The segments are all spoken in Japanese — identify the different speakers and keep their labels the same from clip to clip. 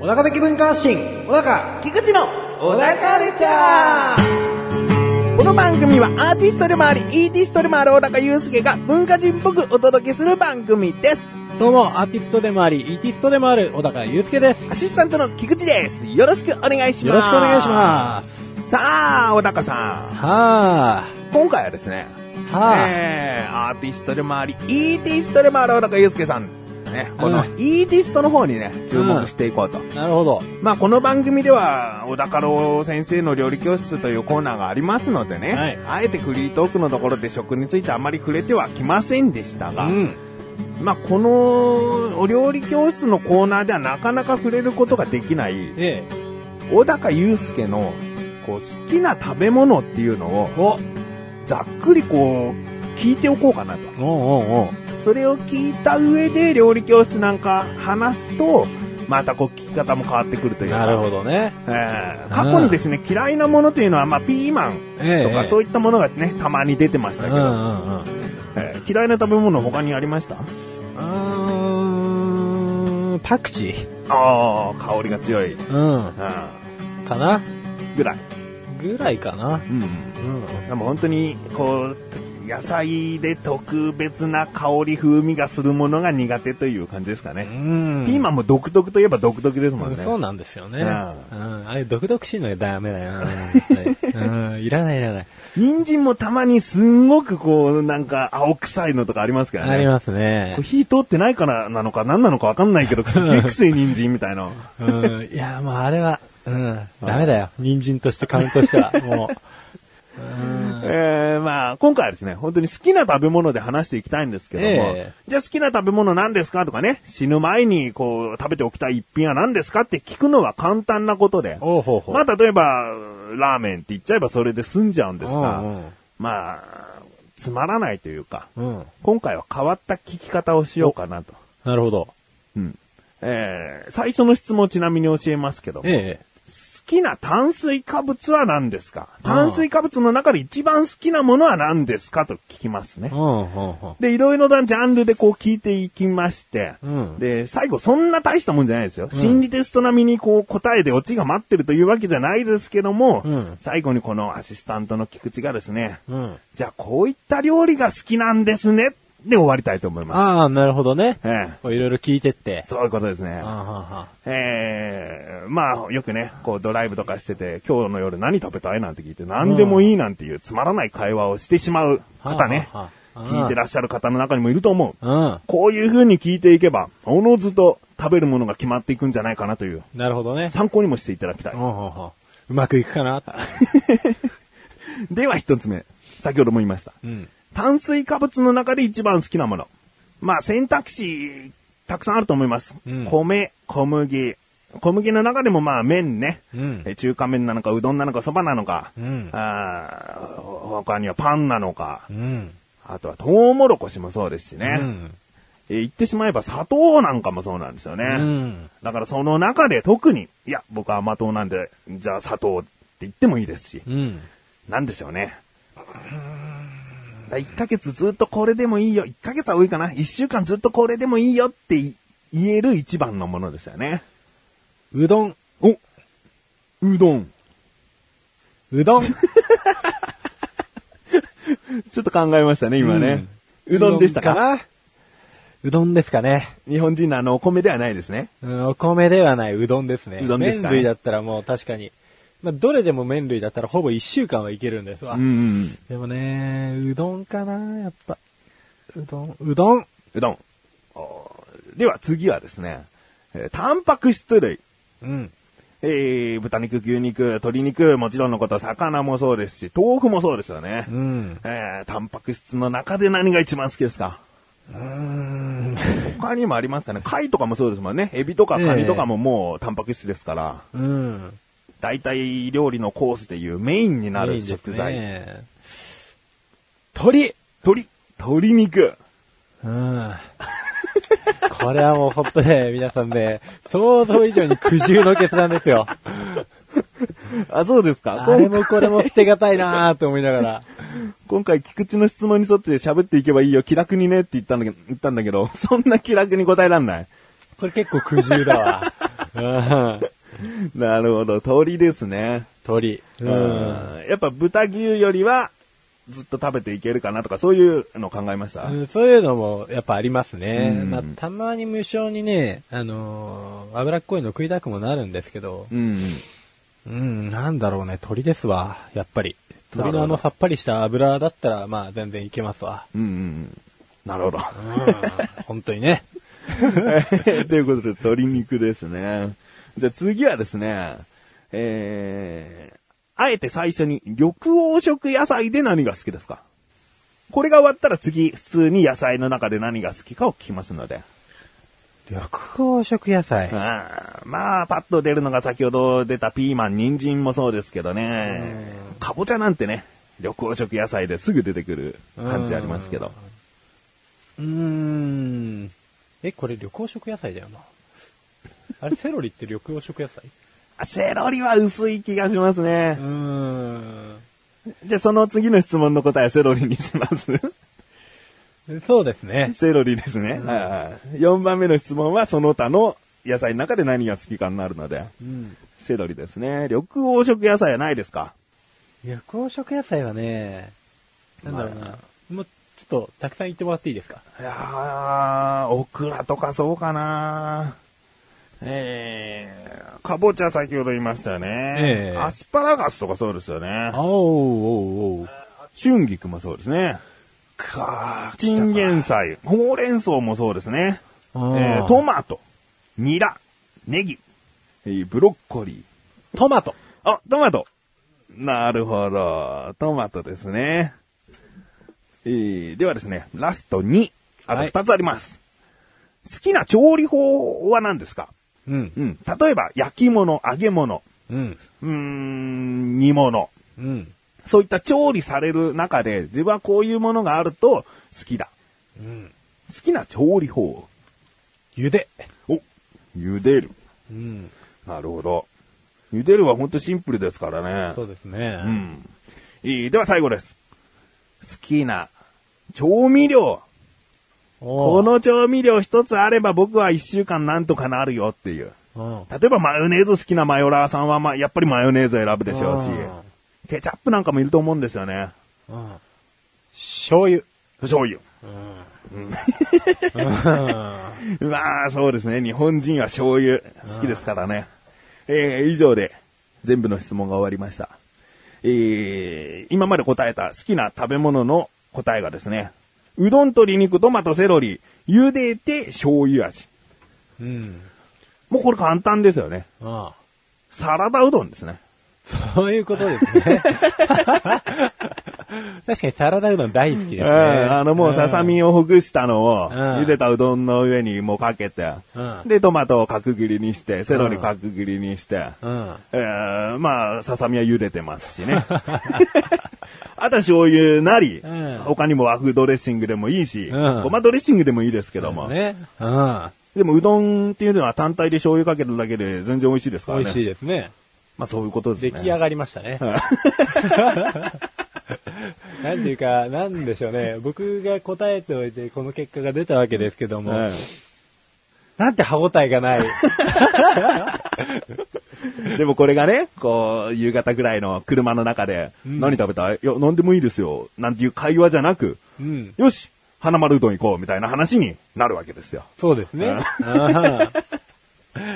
Speaker 1: お腹で気分化信お腹
Speaker 2: 菊池の
Speaker 1: お腹レチャー
Speaker 2: この番組はアーティストでもあり、イーティストでもある小高祐介が文化人っぽくお届けする番組です。
Speaker 1: どうも、アーティストでもあり、イーティストでもある、小高祐介です。
Speaker 2: アシスタントの菊池です。よろしくお願いします。
Speaker 1: よろしくお願いします。
Speaker 2: す。さあ、小高さ
Speaker 1: はぁ、
Speaker 2: ん。今回はですね、
Speaker 1: はぁ、
Speaker 2: えー、アーティストでもあり、イーティストでもある小高祐介さん。ね、この
Speaker 1: うん
Speaker 2: イーティストの方にね、注目していこうと。
Speaker 1: なるほど。
Speaker 2: まあ、この番組では、小高郎先生の料理教室というコーナーがありますのでね、
Speaker 1: はい
Speaker 2: あえてフリートークのところで食についてあまり触れてはきませんでしたが、
Speaker 1: うん。
Speaker 2: まあ、このお料理教室のコーナーではなかなか触れることができない、
Speaker 1: ええ。
Speaker 2: 小高祐介のこう好きな食べ物っていうのを
Speaker 1: お、おう
Speaker 2: ざっくりこう聞いておこうかなと。
Speaker 1: おうおう。
Speaker 2: それを聞いた上で料理教室なんか話すと、またこう聞き方も変わってくるというか
Speaker 1: なるほどね。
Speaker 2: えー過去にですね、嫌いなものというのは、まあ、ピーマン
Speaker 1: え
Speaker 2: とか、そう
Speaker 1: いう
Speaker 2: いったものがね、たまに出てましたけ
Speaker 1: う
Speaker 2: ど、
Speaker 1: んうんうん。
Speaker 2: えー嫌いな食べ物他にありました
Speaker 1: うーん、パクチー。
Speaker 2: ああ、香りが強い。うん、
Speaker 1: うん。かな
Speaker 2: ぐらい。
Speaker 1: ぐらいかな。
Speaker 2: うん。
Speaker 1: うん。
Speaker 2: でも本当に、こう、野菜で特別な香り、風味がするものが苦手という感じですかね。
Speaker 1: うん。
Speaker 2: ピーマンも独特といえば独特ですもんね。
Speaker 1: そうなんですよね。
Speaker 2: う
Speaker 1: うんん。あれ、独々しいのがダメだよな。 うん。いらないいらない。
Speaker 2: 人参もたまにすんごくこう、なんか青臭いのとかありますからね。
Speaker 1: ありますね
Speaker 2: これ。火通ってないからなのか何なのかわかんない けど、すげえ臭い人参みたいな。
Speaker 1: うん。いや、もうあれは、うん。ダメだよ。人参としてカウントして は、もう。うん。
Speaker 2: えー、まあ、今回はですね、本当に好きな食べ物で話していきたいんですけども、
Speaker 1: え
Speaker 2: じゃあ好きな食べ物何ですかとかね、死ぬ前にこう、食べておきたい一品は何ですかって聞くのは簡単なことで、
Speaker 1: おうほうほう。
Speaker 2: まあ例えば、ラーメンって言っちゃえばそれで済んじゃうんですが、
Speaker 1: うんうん
Speaker 2: まあ、つまらないというか、
Speaker 1: うん。
Speaker 2: 今回は変わった聞き方をしようかなと。
Speaker 1: なるほど。
Speaker 2: うん。えー、最初の質問ちなみに教えますけども、
Speaker 1: え
Speaker 2: 好きな炭水化物は何ですか炭水化物の中で一番好きなものは何ですかと聞きますね
Speaker 1: え。。うん、うん、うん。
Speaker 2: で、いろいろなジャンルでこう聞いていきまして、
Speaker 1: うん
Speaker 2: で、最後そんな大したもんじゃないですよ。心理テスト並みにこう答えでオチが待ってるというわけじゃないですけども、
Speaker 1: うん
Speaker 2: 最後にこのアシスタントの菊池がですね、
Speaker 1: うん。
Speaker 2: じゃあこういった料理が好きなんですね、で終わりたいと思いま
Speaker 1: ああ、なるほどね。
Speaker 2: す。ええ
Speaker 1: こういろいろ聞いてって。
Speaker 2: そういうことですね。
Speaker 1: ああ、はあ
Speaker 2: ええまあ、よくね、こう、ドライブとかしてて、今日の夜何食べたいなんて聞いて、何でもいいなんていうつまらない会話をしてしまう方ね、
Speaker 1: はあはあはあ
Speaker 2: 聞いてらっしゃる方の中にもいると思う。
Speaker 1: はあ
Speaker 2: こういう風に聞いていけば、おのずと食べるものが決まっていくんじゃないかなという、
Speaker 1: うん。なるほどね。
Speaker 2: 参考にもしていただきたい
Speaker 1: うん、。うん、うん。うまくいくかな。
Speaker 2: では一つ目。先ほども言いました。
Speaker 1: うん。
Speaker 2: 炭水化物の中で一番好きなもの。まあ選択肢、たくさんあると思います。
Speaker 1: うん
Speaker 2: 米、小麦。小麦の中でもまあ麺ね。
Speaker 1: うん
Speaker 2: え中華麺なのか、うどんなのか、そばなのか。
Speaker 1: うん
Speaker 2: あー他にはパンなのか
Speaker 1: う。ん。
Speaker 2: あとはトウモロコシもそうですしね。
Speaker 1: うん。
Speaker 2: え言ってしまえば砂糖なんかもそうなんですよね。
Speaker 1: うん。
Speaker 2: だからその中で特に、いや、僕は甘党なんで、じゃあ砂糖って言ってもいいですし。
Speaker 1: うん。
Speaker 2: なんでしょうね。だ1ヶ月ずっとこれでもいいよ。1ヶ月は多いかな。1週間ずっとこれでもいいよってい言える一番のものですよね。
Speaker 1: うどん。
Speaker 2: おうどん。
Speaker 1: う どん。
Speaker 2: ちょっと考えましたね、今ね。うどんでしたか
Speaker 1: なうどんですかね。
Speaker 2: 日本人のあの、お米ではないですね。
Speaker 1: うん、お米ではない、うどんですね。
Speaker 2: うどんですか
Speaker 1: 麺類だったらもう確かに。まあ、どれでも麺類だったらほぼ1週間はいけるんですわ。
Speaker 2: うんうん。
Speaker 1: でもね、うどんかな、やっぱ。うどん、うどん。
Speaker 2: うどん。おでは次はですね、えータンパク質類。
Speaker 1: うん。
Speaker 2: えー、豚肉、牛肉、鶏肉、もちろんのこと、魚もそうですし、豆腐もそうですよね。
Speaker 1: うん。
Speaker 2: えー、タンパク質の中で何が一番好きですか
Speaker 1: うん。
Speaker 2: 他にもありますかね貝とかもそうですもんね。エビとかカニとかももうタンパク質ですから、
Speaker 1: うん。
Speaker 2: 大体料理のコースでいうメインになる食材。
Speaker 1: いいですね。鳥
Speaker 2: 鶏、鶏肉。
Speaker 1: うん。 これはもうほんとね、皆さんね、想像以上に苦渋の決断ですよ。
Speaker 2: あ、そうですか。
Speaker 1: あれもこれも捨てがたいなーって思いながら。
Speaker 2: 今回、菊池の質問に沿って喋っていけばいいよ、気楽にねって言ったんだけど、言ったんだけど、そんな気楽に答えらんない。
Speaker 1: これ結構苦渋だわ。うん。
Speaker 2: なるほど、鳥ですね。
Speaker 1: 鳥。
Speaker 2: う
Speaker 1: うんん。。
Speaker 2: やっぱ豚牛よりは、ずっと食べていけるかなとか、そういうの考えました。
Speaker 1: うんそういうのもやっぱありますね。
Speaker 2: うん
Speaker 1: まあ、たまに無償にね、あのー脂っこいの食いたくもなるんですけど、
Speaker 2: うん。
Speaker 1: うん、なんだろうね、鳥ですわ、やっぱり。
Speaker 2: なるほど
Speaker 1: 鳥のあのさっぱりした油だったら、まあ全然いけますわ。
Speaker 2: うんうん。なるほど。
Speaker 1: うん、 本当にね。
Speaker 2: ということで、鶏肉ですね。じゃあ次はですね、えー、あえて最初に、緑黄色野菜で何が好きですかこれが終わったら次、普通に野菜の中で何が好きかを聞きますので。
Speaker 1: 緑黄色野菜。
Speaker 2: あーまあ、パッと出るのが先ほど出たピーマン、人参もそうですけどね。かぼちゃなんてね、緑黄色野菜ですぐ出てくる感じありますけど。
Speaker 1: うーん。え、これ緑黄色野菜だよな。あれ、セロリって緑黄色野菜
Speaker 2: あセロリは薄い気がしますね
Speaker 1: う。ーん。
Speaker 2: じゃあその次の質問の答えはセロリにします。
Speaker 1: そうですね。
Speaker 2: セロリですね。はいはい。4番目の質問はその他の野菜の中で何が好きかになるので。
Speaker 1: うん。
Speaker 2: セロリですね。緑黄色野菜はないですか
Speaker 1: 緑黄色野菜はね、なんだろうな。
Speaker 2: ま
Speaker 1: もう、ちょっと、たくさん言ってもらっていいですか
Speaker 2: いやー、オクラとかそうかなえー、かぼちゃ先ほど言いましたよね。
Speaker 1: ええ
Speaker 2: アスパラガスとかそうですよね。
Speaker 1: おうおうおう。
Speaker 2: 春菊もそうですね。
Speaker 1: か
Speaker 2: チンゲン菜。ほうれん草もそうですね。
Speaker 1: え
Speaker 2: えー、トマト、ニラ、ネギ、えーブロッコリー。
Speaker 1: トマト。
Speaker 2: あ、トマト。なるほど。トマトですね。えー、ではですね、ラスト2。あと
Speaker 1: はい
Speaker 2: 2つあります。好きな調理法は何ですか
Speaker 1: うん。
Speaker 2: うん。例えば、焼き物、揚げ物、
Speaker 1: うん。
Speaker 2: うーん、煮物。
Speaker 1: うん。
Speaker 2: そういった調理される中で、自分はこういうものがあると好きだ。
Speaker 1: うん。
Speaker 2: 好きな調理法。
Speaker 1: 茹で。
Speaker 2: お、茹でる。
Speaker 1: うん。
Speaker 2: なるほど。茹でるはほんとシンプルですからね。
Speaker 1: そうですね。
Speaker 2: うん。いいでは最後です。好きな調味料。こ
Speaker 1: おう
Speaker 2: の調味料一つあれば僕は一週間なんとかなるよっていう。
Speaker 1: うん。
Speaker 2: 例えばマヨネーズ好きなマヨラーさんは、まあ、やっぱりマヨネーズ選ぶでしょうし
Speaker 1: うん。
Speaker 2: ケチャップなんかもいると思うんですよね。
Speaker 1: うん。醤油。
Speaker 2: 醤油。
Speaker 1: う
Speaker 2: まあ、 そうですね。日本人は醤油好きですからね。えー、以上で全部の質問が終わりました。えー、今まで答えた好きな食べ物の答えがですね、うどんと鶏肉、トマト、セロリ、茹でて醤油味。
Speaker 1: ん。
Speaker 2: もうこれ簡単ですよね。
Speaker 1: あ
Speaker 2: サラダうどんですね。
Speaker 1: あ。そういうこと ですね。確かにサラダうどん大好きですね。
Speaker 2: うんあのもうささみをほぐしたのを、
Speaker 1: うん
Speaker 2: 茹でたうどんの上にもうかけて、
Speaker 1: うん
Speaker 2: で、トマトを角切りにして、セロリ角切りにして、
Speaker 1: うん。
Speaker 2: えーまあ、ささみは茹でてますし ね。あとは醤油なり、
Speaker 1: うん
Speaker 2: 他にも和風ドレッシングでもいいし、
Speaker 1: うん
Speaker 2: ごまドレッシングでもいいですけど
Speaker 1: う
Speaker 2: も。
Speaker 1: ね。うん。
Speaker 2: でもうどんっていうのは単体で醤油かけるだけで全然美味しいですからね。
Speaker 1: 美味しいですね。
Speaker 2: まあそういうことですね。
Speaker 1: 出来上がりましたね。なんていうか、なんでしょうね。僕が答えておいて、この結果が出たわけですけども、
Speaker 2: うん
Speaker 1: なんて歯応えがない。
Speaker 2: でもこれがね、こう、夕方ぐらいの車の中で、
Speaker 1: ん
Speaker 2: 何食べたいいや、何でもいいですよ。なんていう会話じゃなく、
Speaker 1: うん。
Speaker 2: よし花丸うどん行こうみたいな話になるわけですよ。
Speaker 1: そうですね。うん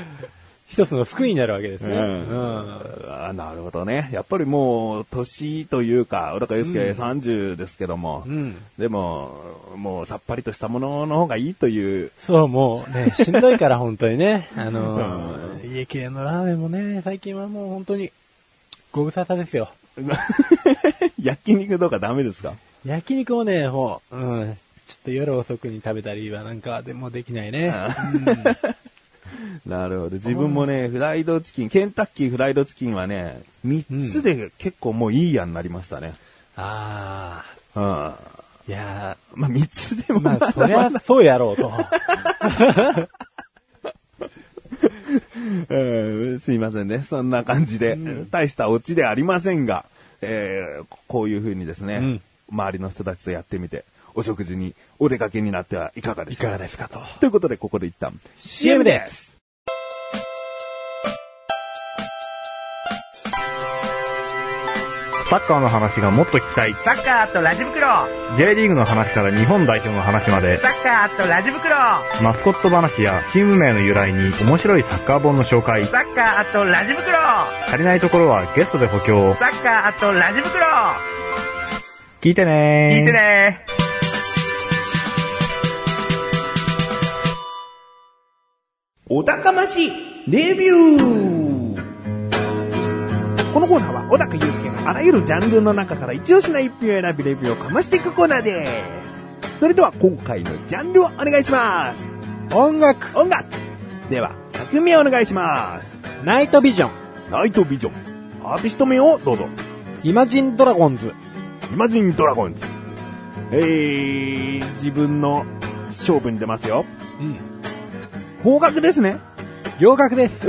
Speaker 1: 一つの救いになるわけです
Speaker 2: うん
Speaker 1: ね。うん。
Speaker 2: あなるほどね。やっぱりもう、年というか、小高祐介30ですけども、
Speaker 1: うん。
Speaker 2: でも、もうさっぱりとしたものの方がいいという、
Speaker 1: そう、もうね、しんどいから本当にね。あのー、家系のラーメンもね、最近はもう本当に、ご無沙汰ですよ。
Speaker 2: 焼肉とかダメですか
Speaker 1: 焼肉もね、もう、うん、ちょっと夜遅くに食べたりはなんかでもできないね。
Speaker 2: なるほど。自分もね、フライドチキン、ケンタッキーフライドチキンはね、3つで結構もういいやになりましたね。
Speaker 1: ああ、
Speaker 2: うん。ま
Speaker 1: いや
Speaker 2: あ3つでも
Speaker 1: ー、
Speaker 2: ま
Speaker 1: ま
Speaker 2: だ
Speaker 1: あ、そりゃそうやろうと。
Speaker 2: うんすいませんね。そんな感じで、大したオチでありませんが、えーこういう風にですね、
Speaker 1: ん
Speaker 2: 周りの人たちとやってみて、お食事にお出かけになってはいかがで
Speaker 1: い
Speaker 2: すか
Speaker 1: かがですかと。
Speaker 2: ということで、ここで一旦
Speaker 1: CM です
Speaker 3: サッカーの話がもっと聞きたい。
Speaker 4: サッカーとラジ袋
Speaker 3: J リーグの話から日本代表の話まで、
Speaker 4: サッカーとラジ袋サ
Speaker 3: マスコット話やチーム名の由来に面白いサッカー本の紹介、
Speaker 4: ッカーとラジ袋
Speaker 3: 足りないところはゲストで補強。
Speaker 4: サッカーとラジ袋
Speaker 3: 聞いてねー。
Speaker 4: 聞いてね
Speaker 2: お高ましレビューこのコーナーは小高祐介があらゆるジャンルの中から一押しな一品を選びレビューをかましていくコーナーですそれでは今回のジャンルをお願いします
Speaker 1: 音楽、
Speaker 2: 音楽では作名をお願いします
Speaker 1: ナイトビジョン、
Speaker 2: ナイトビジョンアーティスト名をどうぞ
Speaker 1: イマジンドラゴンズ、
Speaker 2: イマジンドラゴンズえー、自分の勝負に出ますよ
Speaker 1: うん、
Speaker 2: 方角ですね
Speaker 1: 洋楽です。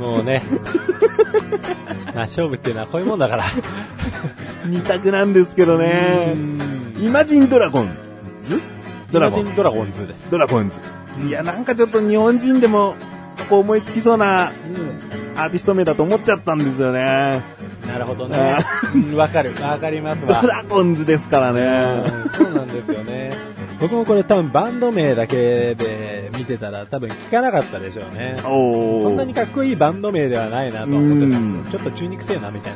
Speaker 1: もう ね。まあ勝負っていうのはこういうもんだから。
Speaker 2: 二択なんですけどね
Speaker 1: うん
Speaker 2: イマジンドラゴンズドラゴ
Speaker 1: イ
Speaker 2: ン
Speaker 1: マジンドラゴンズです。
Speaker 2: ドラゴンズ。いや、なんかちょっと日本人でも、こう思いつきそうなアーティスト名だと思っちゃったんですよね。
Speaker 1: なるほどね。うんわかる。わかります
Speaker 2: ド
Speaker 1: わ。
Speaker 2: ラゴンズですからね。
Speaker 1: うんそうなんですよね。僕もこれ多分バンド名だけで見てたら多分聞かなかったでしょうね。
Speaker 2: おー。
Speaker 1: そんなにかっこいいバンド名ではないなと思ってたんですよちょっと中肉せえなみたい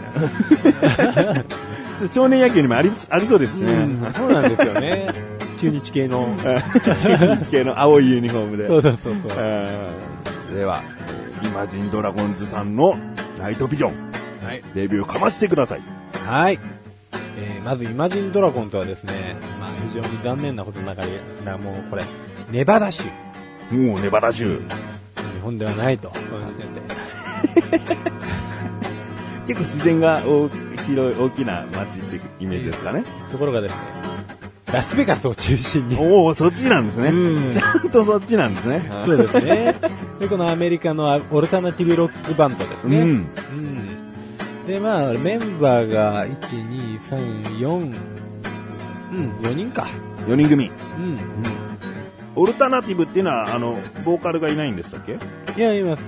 Speaker 1: な。
Speaker 2: 少年野球にもありありそうですね。
Speaker 1: うんそうなんですよね。中日系 の。
Speaker 2: NHK、の青いユニフォームで。
Speaker 1: そうそうそう
Speaker 2: う
Speaker 1: そう。
Speaker 2: んでは、イマジンドラゴンズさんのナイトビジョン、
Speaker 1: はい。
Speaker 2: レビューかましてください。
Speaker 1: はい。えーまずイマジンドラゴンとはですね、まあ非常に残念なことながら、もうこれ、ネバダ州。
Speaker 2: もうネバダ州。
Speaker 1: 日本ではないと。この時点で。
Speaker 2: 結構自然が大広い、大きな街っていうイメージですかね。
Speaker 1: ところがですね、ラスベガスを中心に。
Speaker 2: おおそっちなんですね。
Speaker 1: うん
Speaker 2: ちゃんとそっちなんですね。
Speaker 1: そうですね。で、このアメリカのオルタナティブロックバンドですね。
Speaker 2: うん。
Speaker 1: うんで、まあ、メンバーが、1、2、3、4、うん、4人か。
Speaker 2: 4人組。
Speaker 1: うん。
Speaker 2: オルタナティブっていうのは、あの、ボーカルがいないんでしたっけ
Speaker 1: いや、います。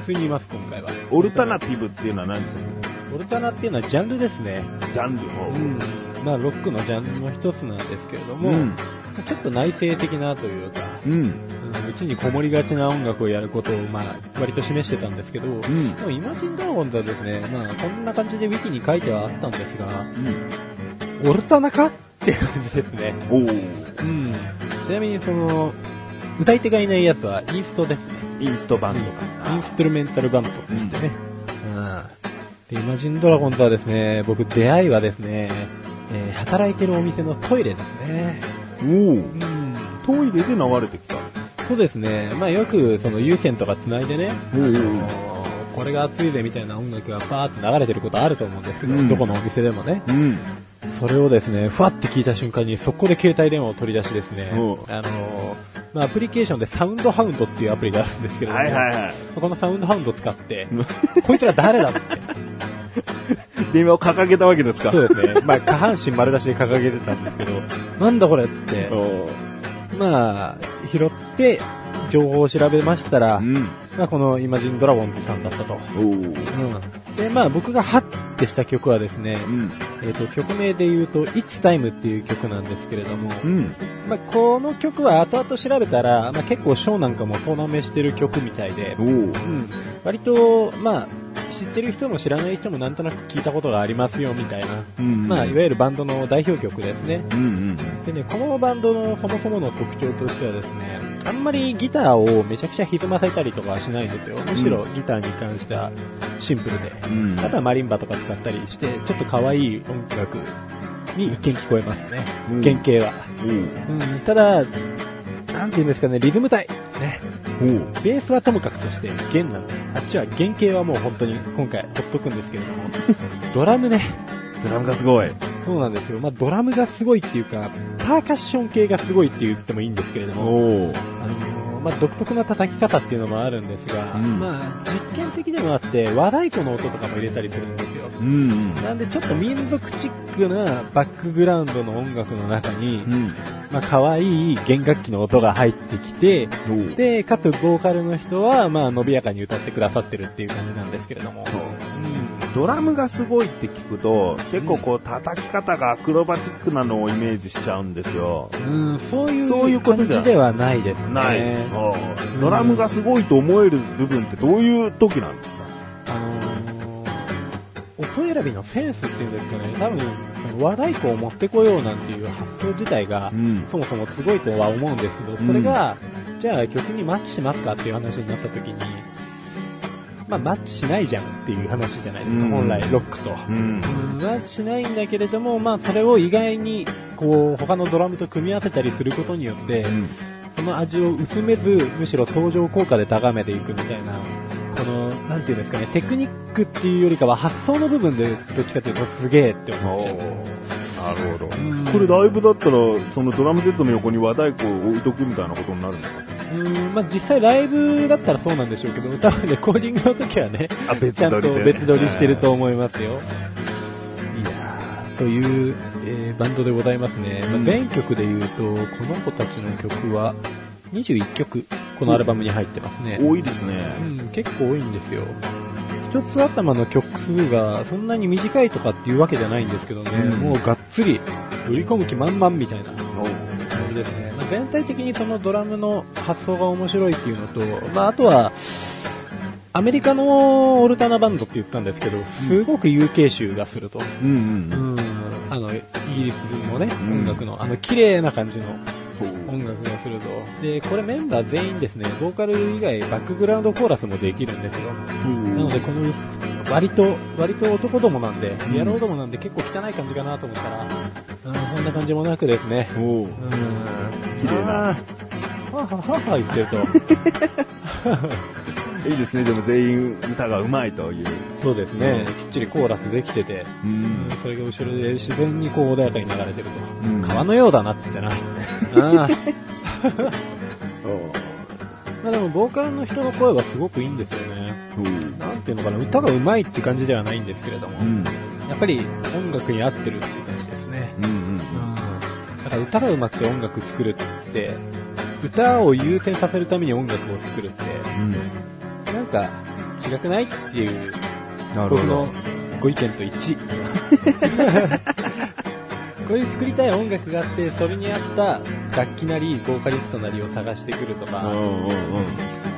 Speaker 1: 普通にいます、今回は。
Speaker 2: オルタナティブっていうのは何でしたっ
Speaker 1: オルタナっていうのはジャンルですね。
Speaker 2: けジャンルの。
Speaker 1: うん。まあ、ロックのジャンルの一つなんですけれども、
Speaker 2: うん
Speaker 1: ちょっと内省的なというか、
Speaker 2: うん。
Speaker 1: うんうちにこもりがちな音楽をやることを、まあ、割と示してたんですけど、
Speaker 2: ん
Speaker 1: でもイマジンドラゴンズはですね、まあ、こんな感じでウィキに書いてはあったんですが、オルタナかっていう感じですね。
Speaker 2: おー
Speaker 1: うん。ちなみにその、歌い手がいないやつはインストですね。
Speaker 2: インストバンドか。
Speaker 1: インストゥルメンタルバンドって言ってね。うん。で、イマジンドラゴンとはですね、僕出会いはですね、えー働いてるお店のトイレですね。
Speaker 2: おー
Speaker 1: うん。
Speaker 2: トイレで流れてきた。
Speaker 1: そうですね。まあよくその有線とか繋いでね、
Speaker 2: お
Speaker 1: あのーこれが熱いぜみたいな音楽がバーって流れてることあると思うんですけど、
Speaker 2: うん
Speaker 1: どこのお店でもね。
Speaker 2: うん。
Speaker 1: それをですね、ふわって聞いた瞬間に、速攻で携帯電話を取り出してですね、あ
Speaker 2: お
Speaker 1: の
Speaker 2: う
Speaker 1: ーまあ、アプリケーションでサウンドハウンドっていうアプリがあるんですけれども、
Speaker 2: はいはいは
Speaker 1: このサウンドハウンドを使って
Speaker 2: うん、
Speaker 1: こいつら 誰だって。
Speaker 2: い。電話を掲げたわけですか
Speaker 1: そうですね。まあ、下半身丸出しで掲げてたんですけど、なんだこれっつって、
Speaker 2: おー
Speaker 1: まあ、拾って、情報を調べましたら、
Speaker 2: うん。
Speaker 1: まあ、このイマジンドラゴンズさんだったと。
Speaker 2: おー
Speaker 1: うん。で、まあ、僕がハッてした曲はですね、
Speaker 2: うん。
Speaker 1: えっ、と、曲名で言うと、It's Time っていう曲なんですけれども、
Speaker 2: うん。
Speaker 1: まあ、この曲は後々調べたら、まあ、結構ショーなんかも総なめしてる曲みたいで
Speaker 2: お、ー
Speaker 1: うん、割と、まあ、知ってる人も知らない人もなんとなく聞いたことがありますよみたいな、
Speaker 2: うん。
Speaker 1: まあ、いわゆるバンドの代表曲ですね。
Speaker 2: うんうん。
Speaker 1: でね、このバンドのそもそもの特徴としてはですね、あんまりギターをめちゃくちゃ歪ませたりとかはしないんですよ。むしろギターに関してはシンプルで。
Speaker 2: うん。
Speaker 1: あとはマリンバとか使ったりして、ちょっと可愛い音楽に一見聞こえますね。
Speaker 2: うん
Speaker 1: 原型は。
Speaker 2: おー
Speaker 1: うん、ただ、なんて言うんですかね、リズム体。ね。
Speaker 2: おー
Speaker 1: ベースはともかくとして弦なんで、あっちは原 型はもう本当に今回ほっとくんですけれども、ドラムね、
Speaker 2: ドラムがすごい。
Speaker 1: そうなんですよ。まあ、ドラムがすごいっていうか、パーカッション系がすごいって言ってもいいんですけれども、
Speaker 2: お
Speaker 1: あのーまあ、独特な叩き方っていうのもあるんですが、
Speaker 2: うん
Speaker 1: まあ、実験的でもあって、和太鼓の音とかも入れたりするんですよ。
Speaker 2: うん。
Speaker 1: なんでちょっと民族チックなバックグラウンドの音楽の中に、
Speaker 2: うん。
Speaker 1: まあ、可愛い弦楽器の音が入ってきて、
Speaker 2: おで、
Speaker 1: で、かつボーカルの人は、まあ、伸びやかに歌ってくださってるっていう感じなんですけれども。
Speaker 2: ドラムがすごいって聞くと、結構こう叩き方がアクロバチックなのをイメージしちゃうんですよ。
Speaker 1: うん、そういう
Speaker 2: そういうこと
Speaker 1: 感
Speaker 2: じゃ
Speaker 1: じではないですね。
Speaker 2: ない、お
Speaker 1: うん
Speaker 2: ドラムがすごいと思える部分ってどういう時なんですか
Speaker 1: あのー音選びのセンスっていうんですかね、多分、その和太鼓を持ってこようなんていう発想自体が、
Speaker 2: ん。
Speaker 1: そもそもすごいとは思うんですけど、それが、じゃあ曲にマッチしますかっていう話になった時に、まあマッチしないじゃんっていう話じゃないですか、
Speaker 2: うん
Speaker 1: 本来ロックと。
Speaker 2: うん。
Speaker 1: うんマッチしないんだけれども、まあそれを意外に、こう、他のドラムと組み合わせたりすることによって、その味を薄めず、むしろ相乗効果で高めていくみたいな、この、なんていうんですかね、テクニックっていうよりかは発想の部分で、どっちかというとすげえって思っちゃう。
Speaker 2: なるほど。
Speaker 1: うん
Speaker 2: これライブだったら、そのドラムセットの横に和太鼓を置いとくみたいなことになるんですか
Speaker 1: うん、まあ実際ライブだったらそうなんでしょうけど、多分レコーディングの時はね、
Speaker 2: あ、別
Speaker 1: ちゃんと別撮りしてると。思いますよ。
Speaker 2: いや
Speaker 1: という、えーバンドでございますね。まあ
Speaker 2: うん
Speaker 1: 全曲で言うと、この子たちの曲は21曲、このアルバムに入ってますね。
Speaker 2: 多いです
Speaker 1: う
Speaker 2: ね。
Speaker 1: ん、結構多いんですよ。一つ頭の曲数がそんなに短いとかっていうわけじゃないんですけどね、
Speaker 2: うん
Speaker 1: もうがっつり売り込む気満々みたいな感じですね。まあ全体的にそのドラムの発想が面白いっていうのと、まああとは、アメリカのオルタナバンドって言ったんですけど、すごく UK 集がすると。
Speaker 2: うんうん。
Speaker 1: うん、あの、イギリスのね、
Speaker 2: ん
Speaker 1: 音楽の、あの、綺麗な感じの
Speaker 2: そう
Speaker 1: 音楽がすると。で、これメンバー全員ですね、ボーカル以外バックグラウンドコーラスもできるんですよ。なので、この、割と、割と男どもなんで、
Speaker 2: ん
Speaker 1: 野郎どもなんで結構汚い感じかなと思ったら、うん、そんな感じもなくですね。
Speaker 2: おう
Speaker 1: うん。
Speaker 2: 綺麗な
Speaker 1: あー。はははは言ってると。
Speaker 2: いいですね、でも全員歌がうまいという。
Speaker 1: そうですね、きっちりコーラスできてて、
Speaker 2: う
Speaker 1: うん
Speaker 2: ん。
Speaker 1: それが後ろで自然にこう穏やかに流れてる
Speaker 2: う
Speaker 1: と。
Speaker 2: ん
Speaker 1: 川のようだなって言ってな。うん。
Speaker 2: おう
Speaker 1: まあでも、ボーカルの人の声はすごくいいんですよね。
Speaker 2: うん
Speaker 1: なんていうのかな、歌が上手いって感じではないんですけれども、
Speaker 2: うん。
Speaker 1: やっぱり音楽に合ってるっていう感じですね。
Speaker 2: うん
Speaker 1: うん。だから歌が上手くて音楽作るって、歌を優先させるために音楽を作る
Speaker 2: う
Speaker 1: っ
Speaker 2: ん。
Speaker 1: て、なんか違くないっていう、
Speaker 2: なる
Speaker 1: 僕
Speaker 2: ほど
Speaker 1: の。ご意見と一致。 こういう作りたい音楽があって、それに合った楽器なり、ボーカリストなりを探してくるとか、
Speaker 2: うんうんうん。
Speaker 1: で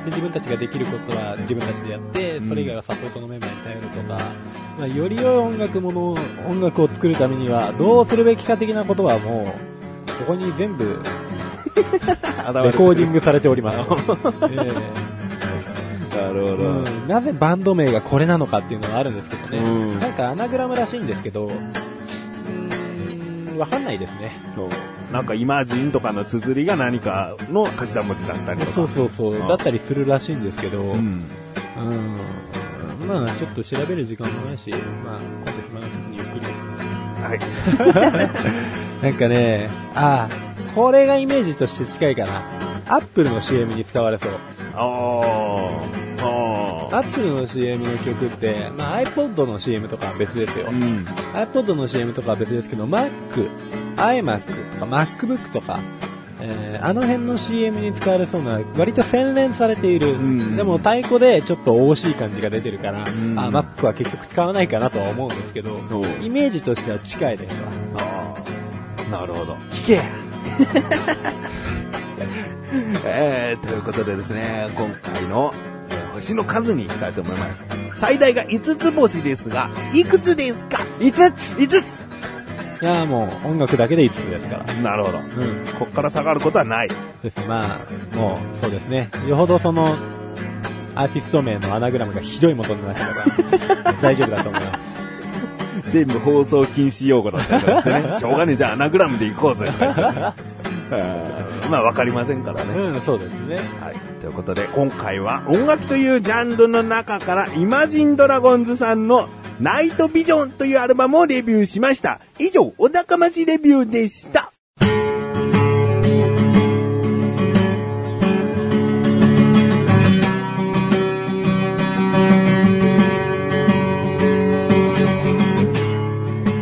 Speaker 1: 自分たちができることは自分たちでやって、
Speaker 2: うん
Speaker 1: それ以外はサポートのメンバーに頼るとか、まあ、より良い音楽もの、音楽を作るためには、どうするべきか的なことはもう、ここに全部、レコーディングされてお ります。
Speaker 2: な
Speaker 1: え
Speaker 2: るほ
Speaker 1: え
Speaker 2: ど。
Speaker 1: うんなぜバンド名がこれなのかっていうのはあるんですけどね。
Speaker 2: うん
Speaker 1: なんかアナグラムらしいんですけど、うーん、わかんないですね。
Speaker 2: そうなんかイマジンとかの綴りが何かの頭文字だったりとか。
Speaker 1: そうそうそう、
Speaker 2: うん
Speaker 1: だったりするらしいんですけど、
Speaker 2: うん。
Speaker 1: うん。まあ、ちょっと調べる時間もないし、まあ、今度暇な時にゆっくり。
Speaker 2: はい。
Speaker 1: なんかね、ああ、これがイメージとして近いかな。アップルの CM に使われそう。
Speaker 2: あー。あ
Speaker 1: アップルの CM の曲って、まあ iPod の CM とかは別ですよ
Speaker 2: ー。う。ん。
Speaker 1: iPod の CM とかは別ですけど、Mac、iMac とか MacBook とか、えーあの辺の CM に使われそうな、割と洗練されている。
Speaker 2: ん
Speaker 1: でも太鼓でちょっと惜しい感じが出てるから、
Speaker 2: ん
Speaker 1: あ、Mac は結局使わないかなとは思うんですけど、
Speaker 2: そう
Speaker 1: イメージとしては近いですわ。
Speaker 2: あーなるほど。
Speaker 1: 聞けや
Speaker 2: えー、ということでですね、今回の、えー星の数に行きたいと思います。最大が5つ星ですが、いくつですか ?5 つ !5 つ
Speaker 1: いやーもう音楽だけで5つですから。
Speaker 2: なるほど。
Speaker 1: うん。
Speaker 2: こっから下がることはない。
Speaker 1: ですね。まあ、もう、そうですね。よほどその、アーティスト名のアナグラムがひどいものになけれ ば、大丈夫だと思います。
Speaker 2: 全部放送禁止用語だったからです ね。しょうがねえ、じゃあアナグラムで行こう ぜ。あーまあ、わかりませんからね。
Speaker 1: うん、そうですね。
Speaker 2: はい。ということで、今回は音楽というジャンルの中から、イマジンドラゴンズさんのナイトビジョンというアルバムをレビューしました。以上、お仲間しレビューでした。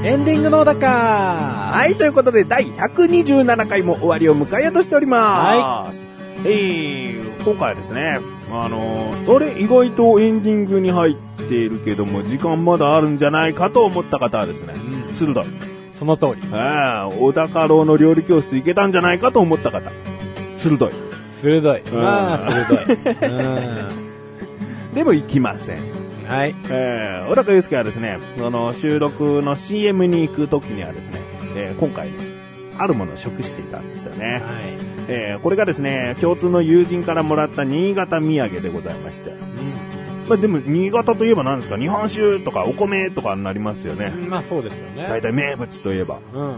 Speaker 1: エンディングのだか
Speaker 2: はい、ということで、第127回も終わりを迎えようとしております。はい。えー、今回はですね、あのー、あれ、意外とエンディングに入っているけども、時間まだあるんじゃないかと思った方はですね、
Speaker 1: うん
Speaker 2: 鋭い。
Speaker 1: その通り。
Speaker 2: ああ、小高郎の料理教室行けたんじゃないかと思った方。鋭い。
Speaker 1: 鋭い。
Speaker 2: ん
Speaker 1: まあ、鋭い。うん。
Speaker 2: でも行きません。
Speaker 1: はい。
Speaker 2: えー、小高祐介はですね、その収録の CM に行く時にはですね、えー今回、あるものを食していたんですよね。
Speaker 1: はい。
Speaker 2: えー、これがですね、共通の友人からもらった新潟土産でございまして。まあでも、新潟といえば何ですか日本酒とかお米とかになりますよね
Speaker 1: う。ん。まあ、そうですよ
Speaker 2: 大
Speaker 1: ね。
Speaker 2: 体名物といえば、
Speaker 1: うん。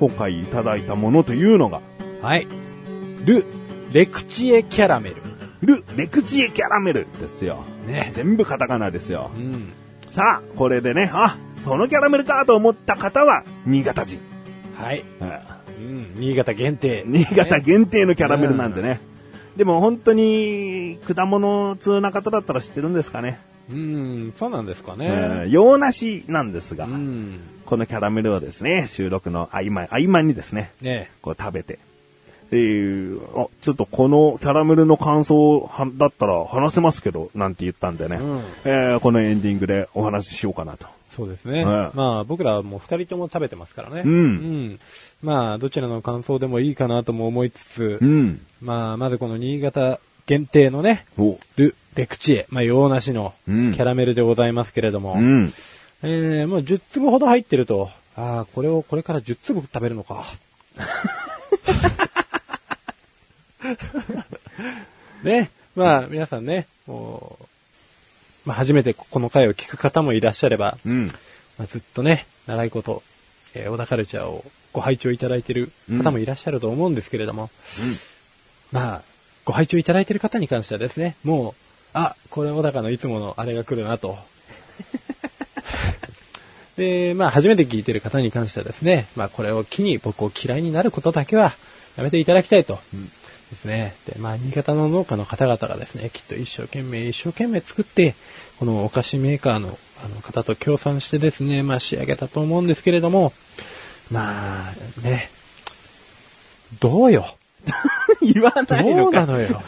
Speaker 2: 今回いただいたものというのが、
Speaker 1: はい。ル、レクチエキャラメル。
Speaker 2: ル・レクチエキャラメルですよ。
Speaker 1: ね。
Speaker 2: 全部カタカナですよ
Speaker 1: う。ん。
Speaker 2: さあ、これでね、あ、そのキャラメルかと思った方は、新潟人。
Speaker 1: はい。
Speaker 2: うん
Speaker 1: うん。新潟限定。
Speaker 2: 新潟
Speaker 1: ね
Speaker 2: 限定のキャラメルなんでね。でも本当に、果物通な方だったら知ってるんですかね。
Speaker 1: うん。そうなんですか
Speaker 2: え
Speaker 1: ね。
Speaker 2: ー洋梨なんですが
Speaker 1: う、ん。
Speaker 2: このキャラメルをですね、収録の合間、合間にですね、
Speaker 1: ね
Speaker 2: こう食べて。えー、あ、ちょっとこのキャラメルの感想はだったら話せますけど、なんて言ったんでね、
Speaker 1: うん
Speaker 2: えーこのエンディングでお話ししようかなと。
Speaker 1: そうですね。
Speaker 2: はい
Speaker 1: まあ、僕らはもう二人とも食べてますからね。
Speaker 2: うん
Speaker 1: うん。まあ、どちらの感想でもいいかなとも思いつつ、
Speaker 2: うん。
Speaker 1: まあ、まずこの新潟限定のね、
Speaker 2: お
Speaker 1: ル・レクチエ、まあ、洋梨のキ
Speaker 2: うん
Speaker 1: ャラメルでございますけれども、
Speaker 2: うん。
Speaker 1: えー、もう10粒ほど入ってると、ああ、これをこれから10粒食べる のか。ね、まあ、皆さんね、もう、まあ、初めてこの回を聞く方もいらっしゃれば、
Speaker 2: うん。
Speaker 1: まあ、ずっとね、習い事、えー、小田カルチャーをご拝聴いただいている方もいらっしゃると思うんですけれども、まあ、ご拝聴いただいている方に関してはですね、もう、あ、これ小高のいつものあれが来るな と。で、まあ、初めて聞いてる方に関してはですね、まあ、これを機に僕を嫌いになることだけはやめていただきたいと。ですね。で、まあ、新潟の農家の方々がですね、きっと一生懸命一生懸命作って、このお菓子メーカーのあの方と協賛してですね、まあ、仕上げたと思うんですけれども、まあ、ね、どうよ。
Speaker 2: 言わない
Speaker 1: ど
Speaker 2: の
Speaker 1: う
Speaker 2: か
Speaker 1: な。の よ。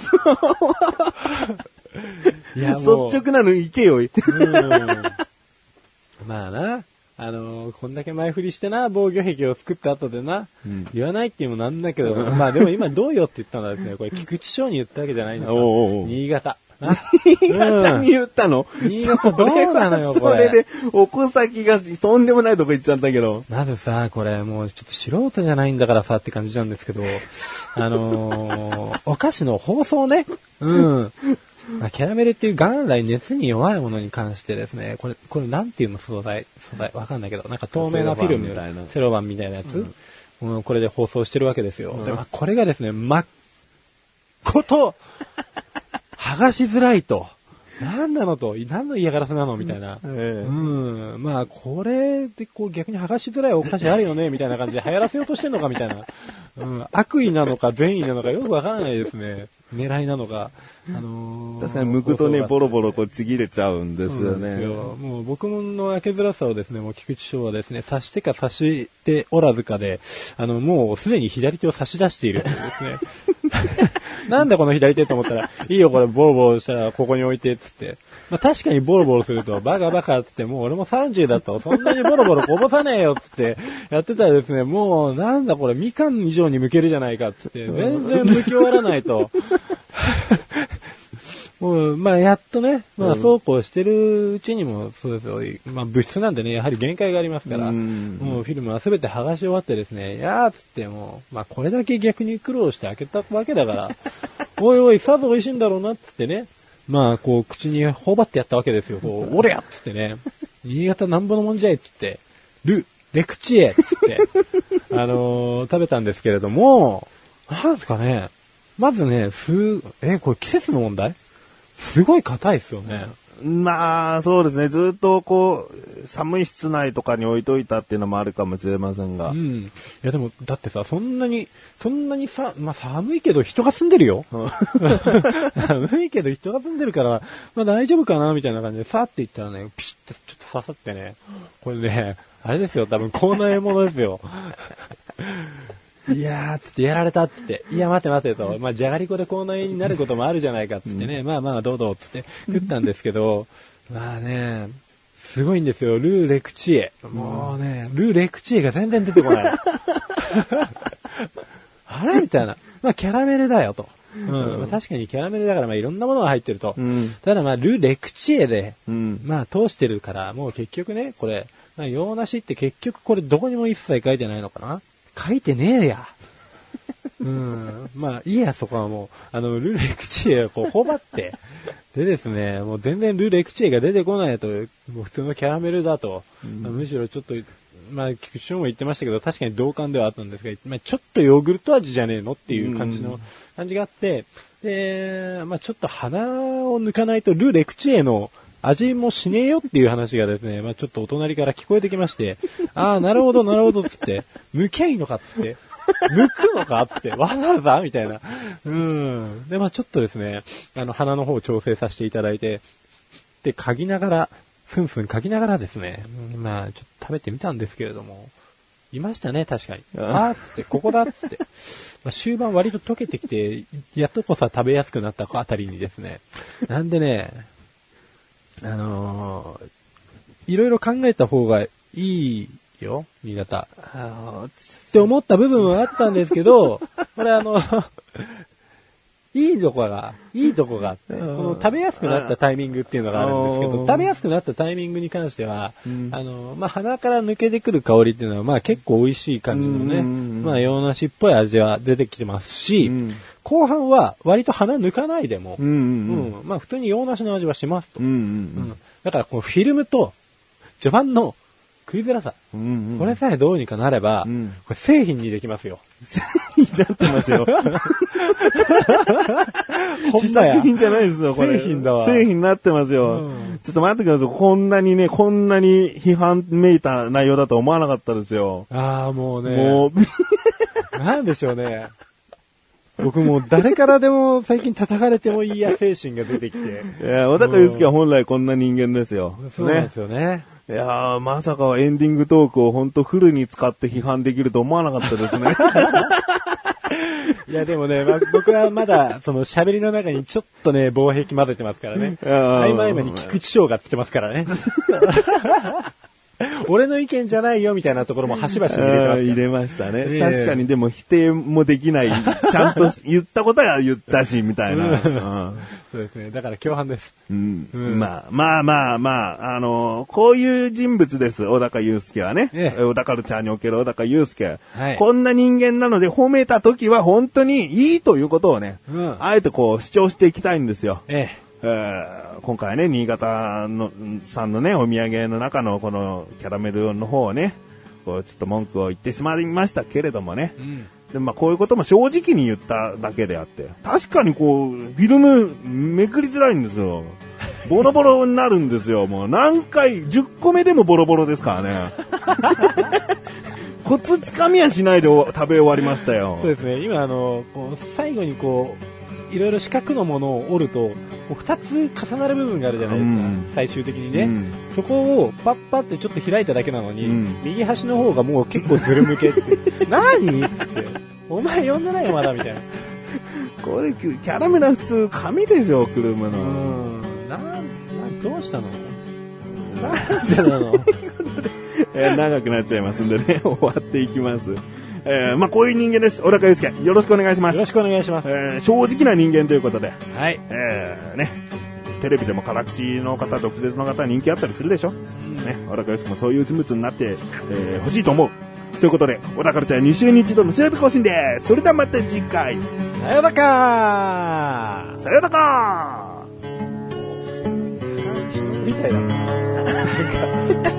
Speaker 1: いや、もう。
Speaker 2: 率直なのいけよ。
Speaker 1: うんまあな、あのーこんだけ前振りしてな、防御壁を作った後でな、
Speaker 2: ん
Speaker 1: 言わないっていうのもなんだけど、まあでも今どうよって言ったのはですね、これ菊池翔に言ったわけじゃないんですよ。
Speaker 2: おうおうおう
Speaker 1: 新潟。な
Speaker 2: 新潟に言ったの、
Speaker 1: うん新潟どうなのよ
Speaker 2: それは
Speaker 1: これ
Speaker 2: それで、お子先がとんでもないとこ行っちゃったけど。
Speaker 1: まずさ、これもうちょっと素人じゃないんだからさって感じなんですけど、あの ーお菓子の包装ね。うん。まあ、キャラメルっていう元来熱に弱いものに関してですね、これ、これなんていうの素材、素材わかんないけど、なんか透明なフィルム、
Speaker 2: セロファンみたいな
Speaker 1: セロバンみたいなやつ、うん、これで包装してるわけですよ。で、まあ、これがですね、真っこと、剥がしづらいと。なんなのと、何の嫌がらせなのみたいな。
Speaker 2: ええ
Speaker 1: うん。まあ、これで、こう逆に剥がしづらいお菓子あるよねみたいな感じで流行らせようとしてんのかみた いな。うん。悪意なのか善意なのかよくわからないですね。狙いなのか。あのー、
Speaker 2: 確かに剥くとね、ボ
Speaker 1: ロ
Speaker 2: ロボロこうちぎれちゃうんです
Speaker 1: そうな
Speaker 2: よ
Speaker 1: んです
Speaker 2: ね。
Speaker 1: よ。もう僕の開けづらさをですね、もう菊池翔はですね、刺してか刺しておらずかで、あの、もうすでに左手を差し出しているというで すね。なんだこの左手と思ったら、いいよこれボロボロしたらここに置いてっつって。まあ確かにボロボロすると、バカバカっつって、もう俺も30だったわそんなにボロボロこぼさねえよっつって、やってたらですね、もうなんだこれみかん以上に剥けるじゃないかっつって、全然剥き終わらないと。もう、まあ、やっとね、まあ、そうこうしてるうちにも、そうですよ。まあ、物質なんでね、やはり限界がありますから、
Speaker 2: うん
Speaker 1: もうフィルムは全て剥がし終わってですね、いやーっつってもう、まあ、これだけ逆に苦労して開けたわけだから、 おいおい、さぞ美味しいんだろうな、っつってね、まあ、こう、口に頬張ってやったわけですよ。こう、おりゃっつってね、新潟なんぼのもんじゃいっつって、ル、レクチエっつ って、あのー食べたんですけれども、なんですかね、まずね、す、え、これ季節の問題すごい硬いですよね。
Speaker 2: まあ、そうですね。ずっとこう、寒い室内とかに置いといたっていうのもあるかもしれませんが
Speaker 1: う。ん。いやでも、だってさ、そんなに、そんなにさ、まあ寒いけど人が住んでるよ。 寒いけど人が住んでるから、まあ大丈夫かなみたいな感じで、さって言ったらね、ピシッてちょっと刺さってね。これね、あれですよ、多分口内物ですよ。いやー、つってやられたっつって。いや、待て待てと。まあ、じゃがりこで口内炎になることもあるじゃないかっつってね。まあまあ、どうどうっつって食ったんですけど、まあね、すごいんですよ。ルーレクチエ。もうね、ルーレクチエが全然出てこない。 あれみたいな。まあ、キャラメルだよと。うん。まあ確かにキャラメルだから、まあ、いろんなものが入ってると。
Speaker 2: うん
Speaker 1: ただ、まあ、ルーレクチエで、
Speaker 2: うん
Speaker 1: まあ、通してるから、もう結局ね、これ、まあ、洋梨って結局これどこにも一切書いてないのかな書いてねえ や。うん。まあ、いいや、そこはもう。あの、ルーレクチエをこう、ほばって。でですね、もう全然ルーレクチエが出てこないと、もう普通のキャラメルだと。まあむしろちょっと、まあ、菊池翔も言ってましたけど、確かに同感ではあったんですが、まあ、ちょっとヨーグルト味じゃねえのっていう感じの、感じがあって、で、まあ、ちょっと鼻を抜かないとルーレクチエの味もしねえよっていう話がですね、まあ、ちょっとお隣から聞こえてきまして、ああ、なるほど、なるほど、つって、抜きゃいいのか、つって。抜くのかって、わざわざみたいな。うん。で、まあちょっとですね、あの、鼻の方を調整させていただいて、で、嗅ぎながら、ふんふん嗅ぎながらですね、うんまあちょっと食べてみたんですけれども、いましたね、確かに。あーっつって、ここだっつって。 まあ、終盤割と溶けてきて、やっとこさ食べやすくなったあたりにですね。なんでね、あのーいろいろ考えた方がいいよ、新潟。
Speaker 2: あーつ
Speaker 1: って思った部分はあったんですけど、これあの、 いいとこが、いいとこがあって、この食べやすくなったタイミングっていうのがあるんですけ
Speaker 2: う
Speaker 1: ど、
Speaker 2: ん
Speaker 1: 食べやすくなったタイミングに関しては、
Speaker 2: ん
Speaker 1: あの、まあ、鼻から抜けてくる香りっていうのは、まあ、結構美味しい感じのね、
Speaker 2: うん
Speaker 1: まあ、洋梨っぽい味は出てきてますし、
Speaker 2: うん
Speaker 1: 後半は割と鼻抜かないでも、
Speaker 2: うんうん
Speaker 1: うんまあ、普通に洋梨の味はしますと。
Speaker 2: うん。うん
Speaker 1: だから、このフィルムと、序盤の食いづらさ、
Speaker 2: うん。うんうん。
Speaker 1: これさえどうにかなれば、
Speaker 2: うん
Speaker 1: これ製品にできま すよ。
Speaker 2: なってますよ。
Speaker 1: ほんまや
Speaker 2: 自作。品じゃないですよ、これ。
Speaker 1: 製品だわ
Speaker 2: 製品になってますよ。
Speaker 1: うん
Speaker 2: ちょっと待ってください。こんなにね、こんなに批判めいた内容だと思わなかったですよ。
Speaker 1: ああ、もうね。
Speaker 2: もう、
Speaker 1: なんでしょうね。僕もう誰からでも最近叩かれてもいいや精神が出て きて。
Speaker 2: いや、小高祐介は本来こんな人間ですよ。
Speaker 1: そうなん
Speaker 2: ね
Speaker 1: で。すよね。
Speaker 2: いやー、まさかエンディングトークを本当フルに使って批判できると思わなかったです ね。
Speaker 1: いやでもね、まあ僕はまだその喋りの中にちょっとね、防壁混ぜてますからね。
Speaker 2: うん
Speaker 1: 合間合間に菊池翔がつけてますから ね。俺の意見じゃないよみたいなところも端々に入れてま
Speaker 2: あー
Speaker 1: す
Speaker 2: 入
Speaker 1: から。
Speaker 2: れましたね。
Speaker 1: ええ
Speaker 2: 確かにでも否定もできない。ちゃんと言ったことは言ったし、みたいな。
Speaker 1: そうですね。だから共犯です。
Speaker 2: うんう
Speaker 1: うん
Speaker 2: んまあまあまあまあ、あのーこういう人物です、小高祐介はね。
Speaker 1: ええ
Speaker 2: 小高ルチャーにおける小高祐介、
Speaker 1: はい
Speaker 2: こんな人間なので褒めた時は本当にいいということをね、
Speaker 1: うん
Speaker 2: あえてこう主張していきたいんですよ。
Speaker 1: ええ。
Speaker 2: えー今回ね、新潟のんさんのね、お土産の中のこのキャラメルの方をね、こうちょっと文句を言ってしまいましたけれどもね。
Speaker 1: うん。
Speaker 2: でまあ、こういうことも正直に言っただけであって、確かにこう、フィルムめくりづらいんですよ。 ボロボロになるんですよ。もう何回、10個目でもボロボロですからね。 コツつかみやしないでお食べ終わりましたよ。
Speaker 1: そうですね、今あのこう最後にこういろいろ四角のものを折るとこう2つ重なる部分があるじゃないですか、
Speaker 2: うん
Speaker 1: 最終的にね、
Speaker 2: うん
Speaker 1: そこをパッパってちょっと開いただけなのに、
Speaker 2: うん
Speaker 1: 右端の方がもう結構ずるむけって 何っつってお前呼んでないよまだみたいな
Speaker 2: これ、キャラメルは普通紙ですよ、くるむ
Speaker 1: う
Speaker 2: の。
Speaker 1: んなんなんどうしたのなんでなの
Speaker 2: えー長くなっちゃいますんでね、 終わっていきます。えーまあこういう人間です。小高祐介、よろしくお願いしま
Speaker 1: よろ
Speaker 2: す。
Speaker 1: しくお願いします、
Speaker 2: えー正直な人間ということで。
Speaker 1: はい、
Speaker 2: えー、ね、テレビでも辛口の方、毒舌の方人気あったりするでしょ。ね、小高よしもそういう人物になって、えー、欲しいと思う。ということで、小高ちゃん2週に一度の調べ更新です。それではまた次回、
Speaker 1: さよなら
Speaker 2: さよなら
Speaker 1: みたいだな